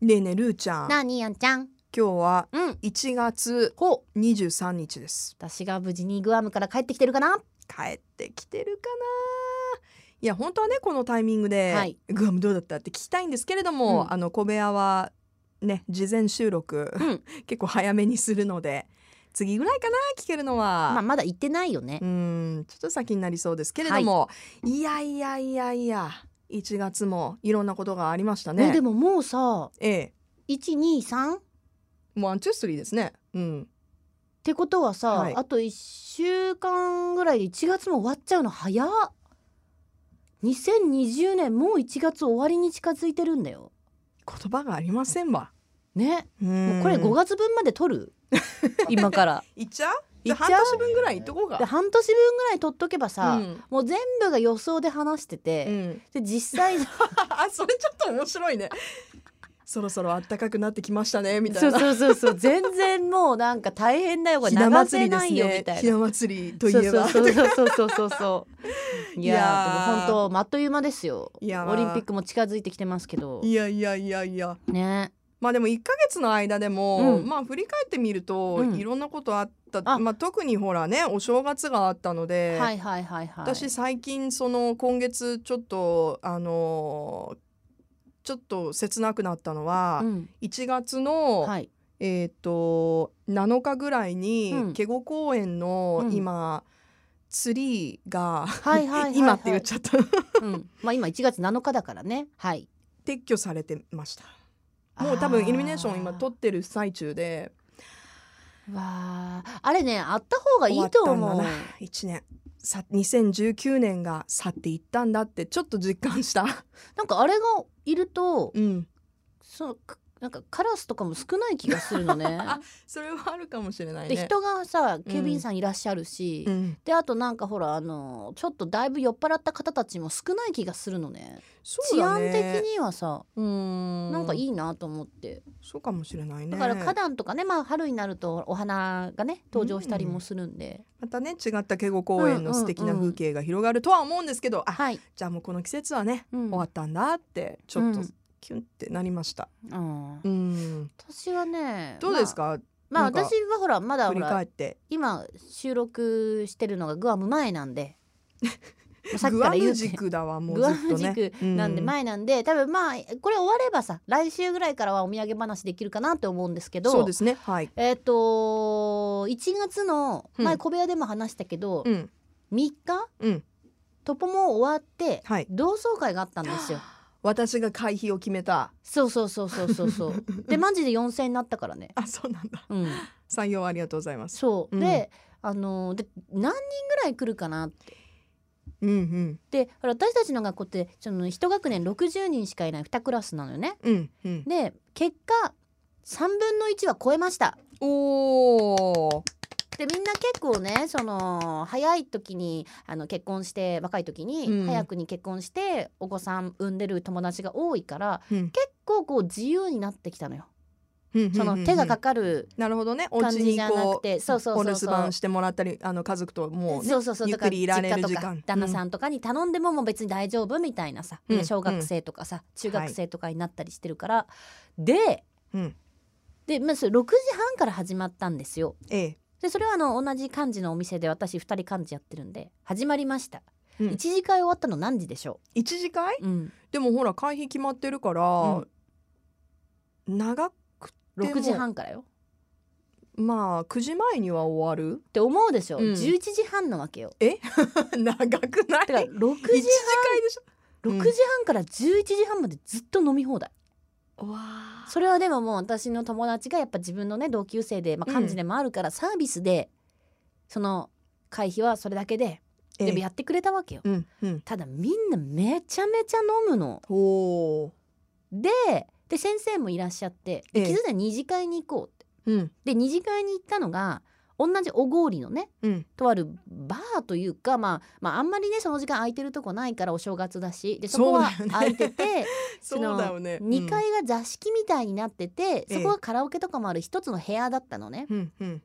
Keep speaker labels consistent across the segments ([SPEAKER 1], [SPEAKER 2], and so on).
[SPEAKER 1] ねえねえるーちゃん今
[SPEAKER 2] なあにやんちゃん
[SPEAKER 1] 日は
[SPEAKER 2] うん
[SPEAKER 1] 1月
[SPEAKER 2] ほ
[SPEAKER 1] 23日です
[SPEAKER 2] 私が無事にグアムから帰ってきてるかな
[SPEAKER 1] 帰ってきてるかないや本当はねこのタイミングで、
[SPEAKER 2] はい
[SPEAKER 1] グアムどうだったって聞きたいんですけれども、
[SPEAKER 2] うん
[SPEAKER 1] あの小部屋はね事前収録、
[SPEAKER 2] うん
[SPEAKER 1] 結構早めにするので次ぐらいかな聞けるのは、
[SPEAKER 2] まあまだ行ってないよね
[SPEAKER 1] う、んちょっと先になりそうですけれども、い、やいやいやいや1月もいろんなことがありました
[SPEAKER 2] ね
[SPEAKER 1] ね
[SPEAKER 2] で。ももうさ
[SPEAKER 1] ええ、
[SPEAKER 2] 123っ
[SPEAKER 1] もうアンチュースリーですね。うん、
[SPEAKER 2] てことはさ、
[SPEAKER 1] はい
[SPEAKER 2] あと1週間ぐらいで1月も終わっちゃうの早っ2020年もう1月終わりに近づいてるんだよ
[SPEAKER 1] 言葉がありませんわ。
[SPEAKER 2] ねも
[SPEAKER 1] も
[SPEAKER 2] うこれ5月分まで取る 今から
[SPEAKER 1] いっちゃうじゃあ
[SPEAKER 2] いっ
[SPEAKER 1] 半
[SPEAKER 2] ちゃう
[SPEAKER 1] 年分ぐらいいっとこう
[SPEAKER 2] で
[SPEAKER 1] か。
[SPEAKER 2] 半年分ぐらい取っとけばさ、
[SPEAKER 1] うん
[SPEAKER 2] もう全部が予想で話して
[SPEAKER 1] う
[SPEAKER 2] て、
[SPEAKER 1] ん、
[SPEAKER 2] で実際
[SPEAKER 1] あ それちょっと面白いね。そろそろ暖かくなってきましたねみたい
[SPEAKER 2] そう
[SPEAKER 1] な。
[SPEAKER 2] そうそうそう全然もうなんか大変だよこれ
[SPEAKER 1] ひな
[SPEAKER 2] 流
[SPEAKER 1] 祭
[SPEAKER 2] せ
[SPEAKER 1] りで
[SPEAKER 2] な
[SPEAKER 1] す
[SPEAKER 2] いよみ
[SPEAKER 1] ね
[SPEAKER 2] た。い
[SPEAKER 1] ひ
[SPEAKER 2] な。
[SPEAKER 1] な祭りと
[SPEAKER 2] そう
[SPEAKER 1] いえば。
[SPEAKER 2] そうそうそうそうそう そう。い
[SPEAKER 1] いや
[SPEAKER 2] や
[SPEAKER 1] ー
[SPEAKER 2] ーでも本当あっという間ですよ。オ
[SPEAKER 1] い
[SPEAKER 2] リン
[SPEAKER 1] やー
[SPEAKER 2] ピックも近づいてきてますけど
[SPEAKER 1] いやいやいやいや。
[SPEAKER 2] ね。
[SPEAKER 1] まあでも1ヶ月の間でも、
[SPEAKER 2] うん
[SPEAKER 1] まあ振り返ってみると、
[SPEAKER 2] うん
[SPEAKER 1] いろんなことあった
[SPEAKER 2] あ
[SPEAKER 1] まあ、特にほらねお正月があったので、
[SPEAKER 2] はいはいはいはい。
[SPEAKER 1] 私最近その今月ちょっとあのーちょっと切なくなったのは、
[SPEAKER 2] うん
[SPEAKER 1] 1月の、
[SPEAKER 2] はい
[SPEAKER 1] えー、と7日ぐらいに、
[SPEAKER 2] うん
[SPEAKER 1] ケゴ公園の
[SPEAKER 2] うん
[SPEAKER 1] 今、ツリーが、
[SPEAKER 2] はいはいはいはい
[SPEAKER 1] 今って言っちゃった
[SPEAKER 2] うんまあ今1月7日だからね。はい。
[SPEAKER 1] 撤去されてましたもう多分イルミネーション今撮
[SPEAKER 2] っ
[SPEAKER 1] ってる最中で
[SPEAKER 2] わーあれねあった方がいいと思う
[SPEAKER 1] 終わっ。1年さ2019年が去っていったんだってちょっと実感した、
[SPEAKER 2] なんかあれがいると
[SPEAKER 1] うん、
[SPEAKER 2] そうかなんかカラスとかも少ない気がするのね。
[SPEAKER 1] それはあるかもしれない
[SPEAKER 2] で
[SPEAKER 1] ね
[SPEAKER 2] 人がさ警備員さんいらっしゃるし、
[SPEAKER 1] うん、
[SPEAKER 2] であとなんかほらあのちょっとだいぶ酔っ払った方たちも少ない気がするのね
[SPEAKER 1] そう
[SPEAKER 2] 治
[SPEAKER 1] だ
[SPEAKER 2] 安
[SPEAKER 1] ね
[SPEAKER 2] 的にはさ
[SPEAKER 1] うん
[SPEAKER 2] なんかいいなと思って、
[SPEAKER 1] そうかもしれないね
[SPEAKER 2] だから花壇とかね、まあ、春になるとお花がね登場したりもするんで、
[SPEAKER 1] またね違ったケゴ公園の素敵な風景が広がるとは思うんですけど、あ
[SPEAKER 2] はい、
[SPEAKER 1] じゃあもうこの季節はね
[SPEAKER 2] うん
[SPEAKER 1] 終わったんだってちょっと
[SPEAKER 2] うん
[SPEAKER 1] キュンってなりました。
[SPEAKER 2] うん
[SPEAKER 1] うん、
[SPEAKER 2] 私はね
[SPEAKER 1] どうです、か、
[SPEAKER 2] まあ、
[SPEAKER 1] なん
[SPEAKER 2] ま
[SPEAKER 1] か
[SPEAKER 2] あ私はほらまだ
[SPEAKER 1] 振
[SPEAKER 2] ほ
[SPEAKER 1] り
[SPEAKER 2] ら
[SPEAKER 1] 返って。
[SPEAKER 2] 今収録してるのがグアム前な んでさっき
[SPEAKER 1] グ
[SPEAKER 2] か
[SPEAKER 1] ア
[SPEAKER 2] ら言
[SPEAKER 1] ム
[SPEAKER 2] うて
[SPEAKER 1] 軸だわもう
[SPEAKER 2] グ
[SPEAKER 1] ず
[SPEAKER 2] ア
[SPEAKER 1] っ
[SPEAKER 2] ム
[SPEAKER 1] とね。
[SPEAKER 2] 軸なんで
[SPEAKER 1] うん
[SPEAKER 2] 前なんで、多分まあこれ終わればさ来週ぐらいからはお土産話できるかなって思うんですけど
[SPEAKER 1] そうですねはい。
[SPEAKER 2] えっ、と1月の
[SPEAKER 1] うん
[SPEAKER 2] 前小部屋でも話したけど、
[SPEAKER 1] うん
[SPEAKER 2] 3日
[SPEAKER 1] うん
[SPEAKER 2] トポも終わって、
[SPEAKER 1] はい。
[SPEAKER 2] 同窓会があったんですよ。
[SPEAKER 1] 私が会費を決めた。
[SPEAKER 2] そうそうそうそうそうそう でマジで4000円になったからね。
[SPEAKER 1] あそうなんだ。
[SPEAKER 2] うん、
[SPEAKER 1] 採用ありがとうございます。
[SPEAKER 2] そう、
[SPEAKER 1] うん
[SPEAKER 2] であのーで何人ぐらい来るかなって
[SPEAKER 1] うんうん
[SPEAKER 2] でほら私たちの学校ってその一学年60人しかいない2クラスなのよね。
[SPEAKER 1] うんうん。
[SPEAKER 2] で結果3分の1は超えました
[SPEAKER 1] おお。
[SPEAKER 2] でみんな結構ねその早い時にあの結婚して若い時に、
[SPEAKER 1] うん
[SPEAKER 2] 早くに結婚してお子さん産んでる友達が多いから
[SPEAKER 1] うん
[SPEAKER 2] 結構こう自由になってきたのよ。
[SPEAKER 1] うんうんうんうん
[SPEAKER 2] その手がかかる
[SPEAKER 1] なるほどね。お家
[SPEAKER 2] 感じ
[SPEAKER 1] に
[SPEAKER 2] じゃな
[SPEAKER 1] こ
[SPEAKER 2] くて
[SPEAKER 1] う
[SPEAKER 2] そうそうそうそう
[SPEAKER 1] お留守番してもらったり、あの家族ともうね。
[SPEAKER 2] そうそうそう
[SPEAKER 1] ゆっ
[SPEAKER 2] だ
[SPEAKER 1] く
[SPEAKER 2] から
[SPEAKER 1] りい
[SPEAKER 2] 実
[SPEAKER 1] られる
[SPEAKER 2] 家と
[SPEAKER 1] 時
[SPEAKER 2] か
[SPEAKER 1] 間
[SPEAKER 2] 旦那さんとかに頼んでももう別に大丈夫みたいなさ、
[SPEAKER 1] うん
[SPEAKER 2] 小学生とかさ、中学生とかになったりしてるから、で
[SPEAKER 1] うん。
[SPEAKER 2] で、まあ、それ6時半から始まったんですよ。
[SPEAKER 1] ええ。
[SPEAKER 2] でそれはあの同じ漢字のお店で私2人漢字やってるんで始まりました、
[SPEAKER 1] うん
[SPEAKER 2] 一次会終わったの何時でしょ
[SPEAKER 1] 一次会？
[SPEAKER 2] う、うん、
[SPEAKER 1] でもほら会費決まってるから、
[SPEAKER 2] う
[SPEAKER 1] 長くても
[SPEAKER 2] 6時半からよ
[SPEAKER 1] まあ9時前には終わる
[SPEAKER 2] って思うでしょ、
[SPEAKER 1] うん
[SPEAKER 2] 11時半なわけよ
[SPEAKER 1] 長くない
[SPEAKER 2] だから6
[SPEAKER 1] 一
[SPEAKER 2] 時
[SPEAKER 1] 次会でしょ
[SPEAKER 2] 6時半から11時半までずっと飲み放題
[SPEAKER 1] うんわあ
[SPEAKER 2] それはでももう私の友達がやっぱ自分のね同級生で、まあ、
[SPEAKER 1] うん
[SPEAKER 2] 漢字でもあるからサービスでその会費はそれだけで
[SPEAKER 1] ええ
[SPEAKER 2] でもやってくれたわけよ、
[SPEAKER 1] うんうん
[SPEAKER 2] ただみんなめちゃめちゃ飲むの
[SPEAKER 1] おお
[SPEAKER 2] でで先生もいらっしゃって
[SPEAKER 1] え
[SPEAKER 2] で
[SPEAKER 1] え
[SPEAKER 2] 気づいたら二次会に行こうって
[SPEAKER 1] うん
[SPEAKER 2] で二次会に行ったのが同じ小郡のね
[SPEAKER 1] うん
[SPEAKER 2] とあるバーというか、まあ、まああんまりねその時間空いてるとこないからお正月だしでそこは
[SPEAKER 1] そうだよね
[SPEAKER 2] 空い てて
[SPEAKER 1] そ
[SPEAKER 2] そうの
[SPEAKER 1] だよね
[SPEAKER 2] 2階が座敷みたいになってて、
[SPEAKER 1] え
[SPEAKER 2] そこはカラオケとかもある一つの部屋だったのね。
[SPEAKER 1] うんうん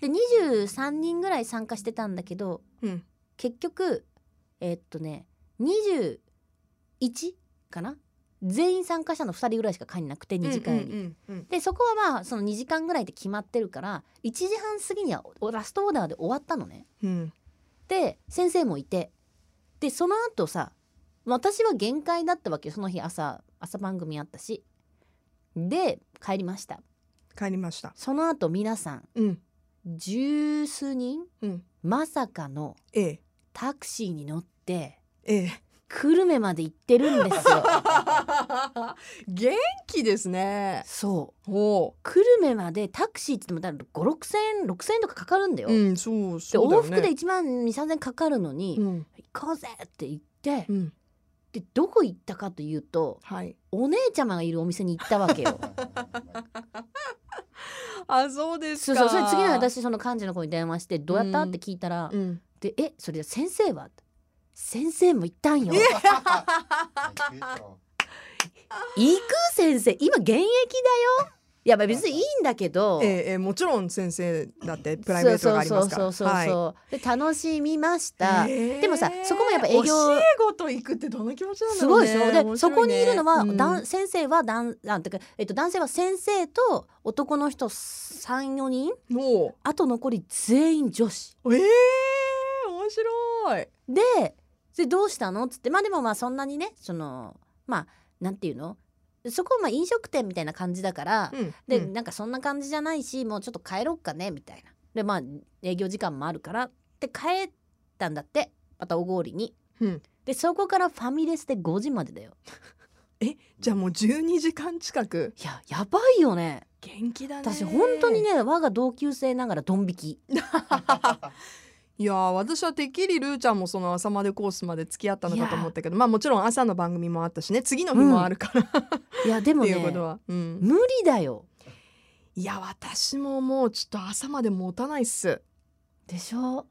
[SPEAKER 2] で23人ぐらい参加してたんだけど
[SPEAKER 1] うん
[SPEAKER 2] 結局えっとね21かな全員参加者の2人ぐらいしか帰んなくて2時間に。
[SPEAKER 1] うんうんうん
[SPEAKER 2] でそこはまあその2時間ぐらいで決まってるから1時半過ぎにはおラストオーダーで終わったのね。
[SPEAKER 1] うんうん
[SPEAKER 2] で先生もいてでその後さ私は限界だったわけよその日朝朝番組あったしで帰りました
[SPEAKER 1] 帰りました。
[SPEAKER 2] その後皆さん
[SPEAKER 1] うん
[SPEAKER 2] 十数人
[SPEAKER 1] うん
[SPEAKER 2] まさかの
[SPEAKER 1] ええ
[SPEAKER 2] タクシーに乗って
[SPEAKER 1] ええ。
[SPEAKER 2] 久留米まで行ってるんですよ
[SPEAKER 1] 元気ですね。
[SPEAKER 2] そう
[SPEAKER 1] ほ
[SPEAKER 2] 久留米までタクシーって言っても5 6千6千円とかかかるんだよ、
[SPEAKER 1] う。
[SPEAKER 2] で
[SPEAKER 1] うんそうそうだ
[SPEAKER 2] 往
[SPEAKER 1] よ
[SPEAKER 2] 復で
[SPEAKER 1] ね。
[SPEAKER 2] 1万2 3千かかるのに、
[SPEAKER 1] うん
[SPEAKER 2] 行こうぜって言って、
[SPEAKER 1] うん
[SPEAKER 2] でどこ行ったかというと
[SPEAKER 1] はい。
[SPEAKER 2] お姉ちゃまがいるお店に行ったわ けよ
[SPEAKER 1] あそうです
[SPEAKER 2] そう
[SPEAKER 1] か。
[SPEAKER 2] そうそれ次の日私その幹事の子に電話して「どうやった?」
[SPEAKER 1] うん
[SPEAKER 2] って聞いたら「
[SPEAKER 1] うん。
[SPEAKER 2] でえそれじゃ先生は?」先生も行ったん よ。行く先生今現役だよ。いやまあ別にいいんだけど。
[SPEAKER 1] ええええもちろん先生だってプライベートがありますから。
[SPEAKER 2] そうそうそうそうそう、で楽しみました。
[SPEAKER 1] ええ
[SPEAKER 2] でもさそこもやっぱ営業
[SPEAKER 1] 教え子と行くってどんな気持ちなんだ
[SPEAKER 2] す
[SPEAKER 1] ろう
[SPEAKER 2] ごい
[SPEAKER 1] ね。
[SPEAKER 2] でしょ
[SPEAKER 1] 面
[SPEAKER 2] で、
[SPEAKER 1] 白ね
[SPEAKER 2] そこにいるのは、
[SPEAKER 1] うん
[SPEAKER 2] だん先生はだんあてか、えっと、男性は先生と男の人34人
[SPEAKER 1] も
[SPEAKER 2] あと残り全員女子
[SPEAKER 1] うええ面白い。
[SPEAKER 2] ででどうしたのっつってまあでもまあそんなにねそのまあなんていうのそこはまあ飲食店みたいな感じだから、
[SPEAKER 1] うん
[SPEAKER 2] で、
[SPEAKER 1] うん
[SPEAKER 2] なんかそんな感じじゃないしもうちょっと帰ろっかねみたいなでまあ営業時間もあるからで帰ったんだってまた小郡に、
[SPEAKER 1] うん
[SPEAKER 2] でそこからファミレスで5時までだよ
[SPEAKER 1] じゃあもう12時間近く
[SPEAKER 2] いややばいよね
[SPEAKER 1] 元気だね。
[SPEAKER 2] 私本当にね我が同級生ながらドン引き
[SPEAKER 1] いやー私はてっきりルーちゃんもその朝までコースまで付き合ったのかと思ったけどまあもちろん朝の番組もあったしね次の日もあるから、
[SPEAKER 2] いやでも
[SPEAKER 1] って
[SPEAKER 2] ね
[SPEAKER 1] いうことは、うん、
[SPEAKER 2] 無理だよ
[SPEAKER 1] いや私ももうちょっと朝まで持たないっす
[SPEAKER 2] でしょ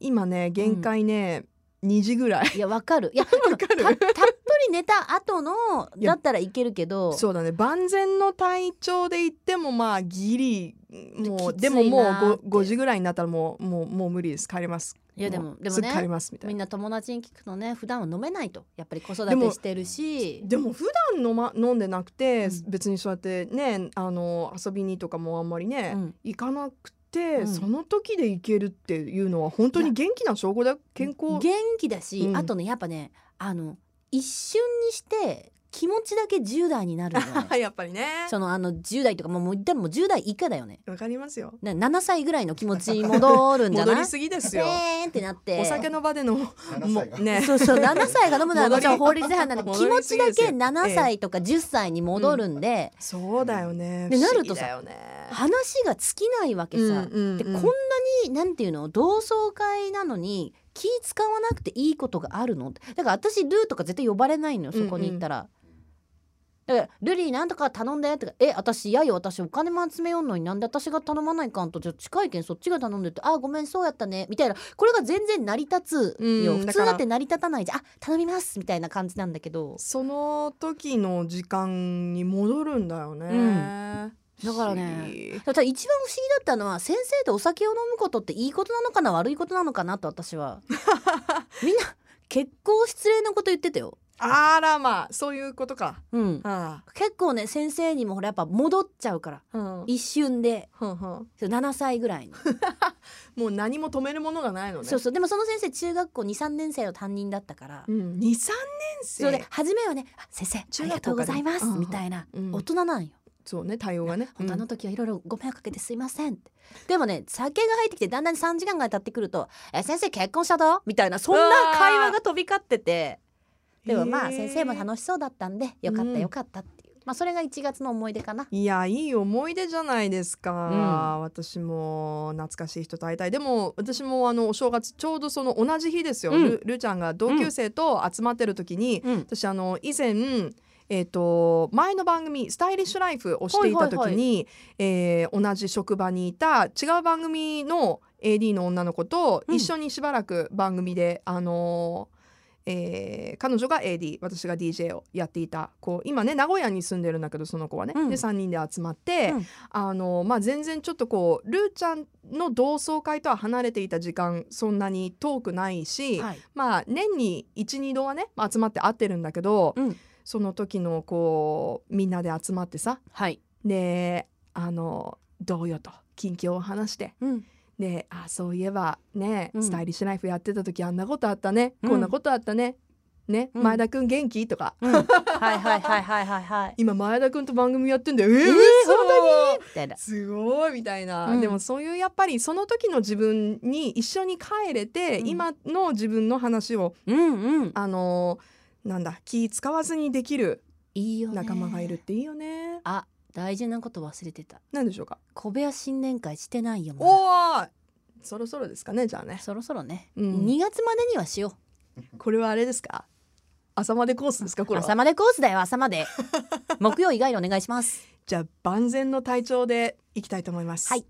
[SPEAKER 1] 今ね限界ね、2時ぐら い
[SPEAKER 2] いやわかるい や
[SPEAKER 1] わか
[SPEAKER 2] たたっ
[SPEAKER 1] る
[SPEAKER 2] ぷり寝た後の
[SPEAKER 1] いや
[SPEAKER 2] だったらいけるけど
[SPEAKER 1] そうだね万全の体調で言ってもまあギリもう
[SPEAKER 2] きついなーって
[SPEAKER 1] でももう 5, 時ぐらいになったらもうもうもう無理です帰ります
[SPEAKER 2] いやでもでも
[SPEAKER 1] すぐ帰り
[SPEAKER 2] ね
[SPEAKER 1] ますみたい
[SPEAKER 2] みん
[SPEAKER 1] な
[SPEAKER 2] な友達に聞くとね普段は飲めないとやっぱり子育
[SPEAKER 1] でも
[SPEAKER 2] てしてるし
[SPEAKER 1] でも普段飲,、ま、飲んでなくて、
[SPEAKER 2] うん
[SPEAKER 1] 別にそうやってねあの遊びにとかもあんまりね、
[SPEAKER 2] うん
[SPEAKER 1] 行かなくて、
[SPEAKER 2] うん
[SPEAKER 1] その時で行けるっていうのは本当に元気な証拠だよ健康
[SPEAKER 2] 元気だし、
[SPEAKER 1] うん
[SPEAKER 2] あとねやっぱねあの一瞬にして気持ちだけ10代にな るの よ
[SPEAKER 1] やっぱりね
[SPEAKER 2] そのあの10代とかもうもうでももう10代以下だよね
[SPEAKER 1] わかりますよ
[SPEAKER 2] な7歳ぐらいの気持ちに戻るんじゃない
[SPEAKER 1] 戻りすぎです
[SPEAKER 2] ペ
[SPEAKER 1] よ
[SPEAKER 2] ーンってなって
[SPEAKER 1] お酒の場でのもうね
[SPEAKER 2] そうそう7歳が飲むのは
[SPEAKER 1] 戻
[SPEAKER 2] も
[SPEAKER 1] り
[SPEAKER 2] ちろん法律違反なんで気
[SPEAKER 1] 戻
[SPEAKER 2] 持
[SPEAKER 1] りす
[SPEAKER 2] ち
[SPEAKER 1] ぎ
[SPEAKER 2] だ
[SPEAKER 1] ですよ
[SPEAKER 2] け7歳とか10歳に戻るんで、
[SPEAKER 1] そうだよね
[SPEAKER 2] で
[SPEAKER 1] 不思
[SPEAKER 2] なる
[SPEAKER 1] 議
[SPEAKER 2] とさ
[SPEAKER 1] だよね
[SPEAKER 2] 話が尽きないわけさ、でこんなになんていうの同窓会なのに気使わなくていいことがあるのだから私ルーとか絶対呼ばれないのよそこに行ったら。だからルリーなんとか頼んでとか「え私いやよ私お金も集めようのになんで私が頼まないかんとじゃあ近いけんそっちが頼んで」って「あごめんそうやったね」みたいなこれが全然成り立つよ、
[SPEAKER 1] うん
[SPEAKER 2] 普
[SPEAKER 1] だ
[SPEAKER 2] 通
[SPEAKER 1] から
[SPEAKER 2] だって成り立たないじゃん「あ頼みます」みたいな感じなんだけど
[SPEAKER 1] その時の時間に戻るんだよね、
[SPEAKER 2] うんだからね
[SPEAKER 1] 不思議
[SPEAKER 2] ただ一番不思議だったのは先生とお酒を飲むことっていいことなのかな悪いことなのかなと私 はみんな結構失礼なこと言ってたよ、
[SPEAKER 1] あらまあそういうことか
[SPEAKER 2] うん、
[SPEAKER 1] あ
[SPEAKER 2] 結構ね先生にもほらやっぱ戻っちゃうから
[SPEAKER 1] あ、うん
[SPEAKER 2] 一瞬で
[SPEAKER 1] はんはん
[SPEAKER 2] そう7歳ぐらいに、
[SPEAKER 1] もう何も止めるものがないのね
[SPEAKER 2] そうそうでもその先生中学校23年生の担任だったから、
[SPEAKER 1] うん、23年生
[SPEAKER 2] そうで初めはね「あ先生あ
[SPEAKER 1] 中
[SPEAKER 2] りが
[SPEAKER 1] 学
[SPEAKER 2] と
[SPEAKER 1] 校
[SPEAKER 2] う
[SPEAKER 1] か
[SPEAKER 2] ご
[SPEAKER 1] ら
[SPEAKER 2] ざいます」
[SPEAKER 1] うん
[SPEAKER 2] みたいな、
[SPEAKER 1] うん
[SPEAKER 2] 大人なんよ。
[SPEAKER 1] そうね対応がね
[SPEAKER 2] 本当あの時はいろいろご迷惑かけてすいませんって、でもね酒が入ってきてだんだん3時間が経ってくると「え先生結婚したぞ」みたいなそん
[SPEAKER 1] うわ
[SPEAKER 2] な
[SPEAKER 1] ー
[SPEAKER 2] 会話が飛び交っててでもまあ
[SPEAKER 1] へー
[SPEAKER 2] 先生も楽しそうだったんでよかった
[SPEAKER 1] うん
[SPEAKER 2] よかったっていう、まあそれが1月の思い出かない
[SPEAKER 1] やいい思い出じゃないですか、私も懐かしい人と会いたいでも私もあのお正月ちょうどその同じ日ですよ、
[SPEAKER 2] うん
[SPEAKER 1] ルルちゃんが同級生と集まってる時に、
[SPEAKER 2] うん
[SPEAKER 1] 私あの以前えー、と前の番組「スタイリッシュ・ライフ」をしていた時に、
[SPEAKER 2] はいはいは
[SPEAKER 1] えー同じ職場にいた違う番組の AD の女の子と
[SPEAKER 2] うん
[SPEAKER 1] 一緒にしばらく番組で、あのーえー彼女が AD 私が DJ をやっていた子今ね名古屋に住んでるんだけどその子はね、
[SPEAKER 2] うん
[SPEAKER 1] で3人で集まって、
[SPEAKER 2] うん
[SPEAKER 1] あのまあ、全然ちょっとこうルーちゃんの同窓会とは離れていた時間そんなに遠くないし、
[SPEAKER 2] はい
[SPEAKER 1] まあ年に12度はねまあ集まって会ってるんだけど、
[SPEAKER 2] うん
[SPEAKER 1] その時のこうみんなで集まってさ
[SPEAKER 2] はい、
[SPEAKER 1] であのどうよと近況を話して
[SPEAKER 2] うん、
[SPEAKER 1] であそういえばね、
[SPEAKER 2] うん
[SPEAKER 1] スタイリッシュライフやってた時あんなことあったね、
[SPEAKER 2] うん
[SPEAKER 1] こんなことあったねね、
[SPEAKER 2] うん
[SPEAKER 1] 前田くん元気とか
[SPEAKER 2] はいはいはいはいはいはい
[SPEAKER 1] 今前田くんと番組やってんだよえー、
[SPEAKER 2] えー
[SPEAKER 1] 嘘だね
[SPEAKER 2] みたいな
[SPEAKER 1] すごいみたいな、
[SPEAKER 2] うん
[SPEAKER 1] でもそういうやっぱりその時の自分に一緒に帰れて、
[SPEAKER 2] うん
[SPEAKER 1] 今の自分の話を
[SPEAKER 2] うんうん
[SPEAKER 1] あのーなんだ気使わずにできる
[SPEAKER 2] いいよね
[SPEAKER 1] 仲間がいるっていいよね。
[SPEAKER 2] あ大事なこと忘れてた
[SPEAKER 1] なんでしょうか。
[SPEAKER 2] 小部屋新年会してないよま
[SPEAKER 1] お
[SPEAKER 2] だ
[SPEAKER 1] お、そろそろですかねじゃあね。
[SPEAKER 2] そろそろね、
[SPEAKER 1] うん
[SPEAKER 2] 2月までにはしよう
[SPEAKER 1] これはあれですか。朝までコースですかこれは
[SPEAKER 2] 朝までコースだよ朝まで木曜以外でお願いします
[SPEAKER 1] じゃあ万全の体調でいきたいと思います。
[SPEAKER 2] はい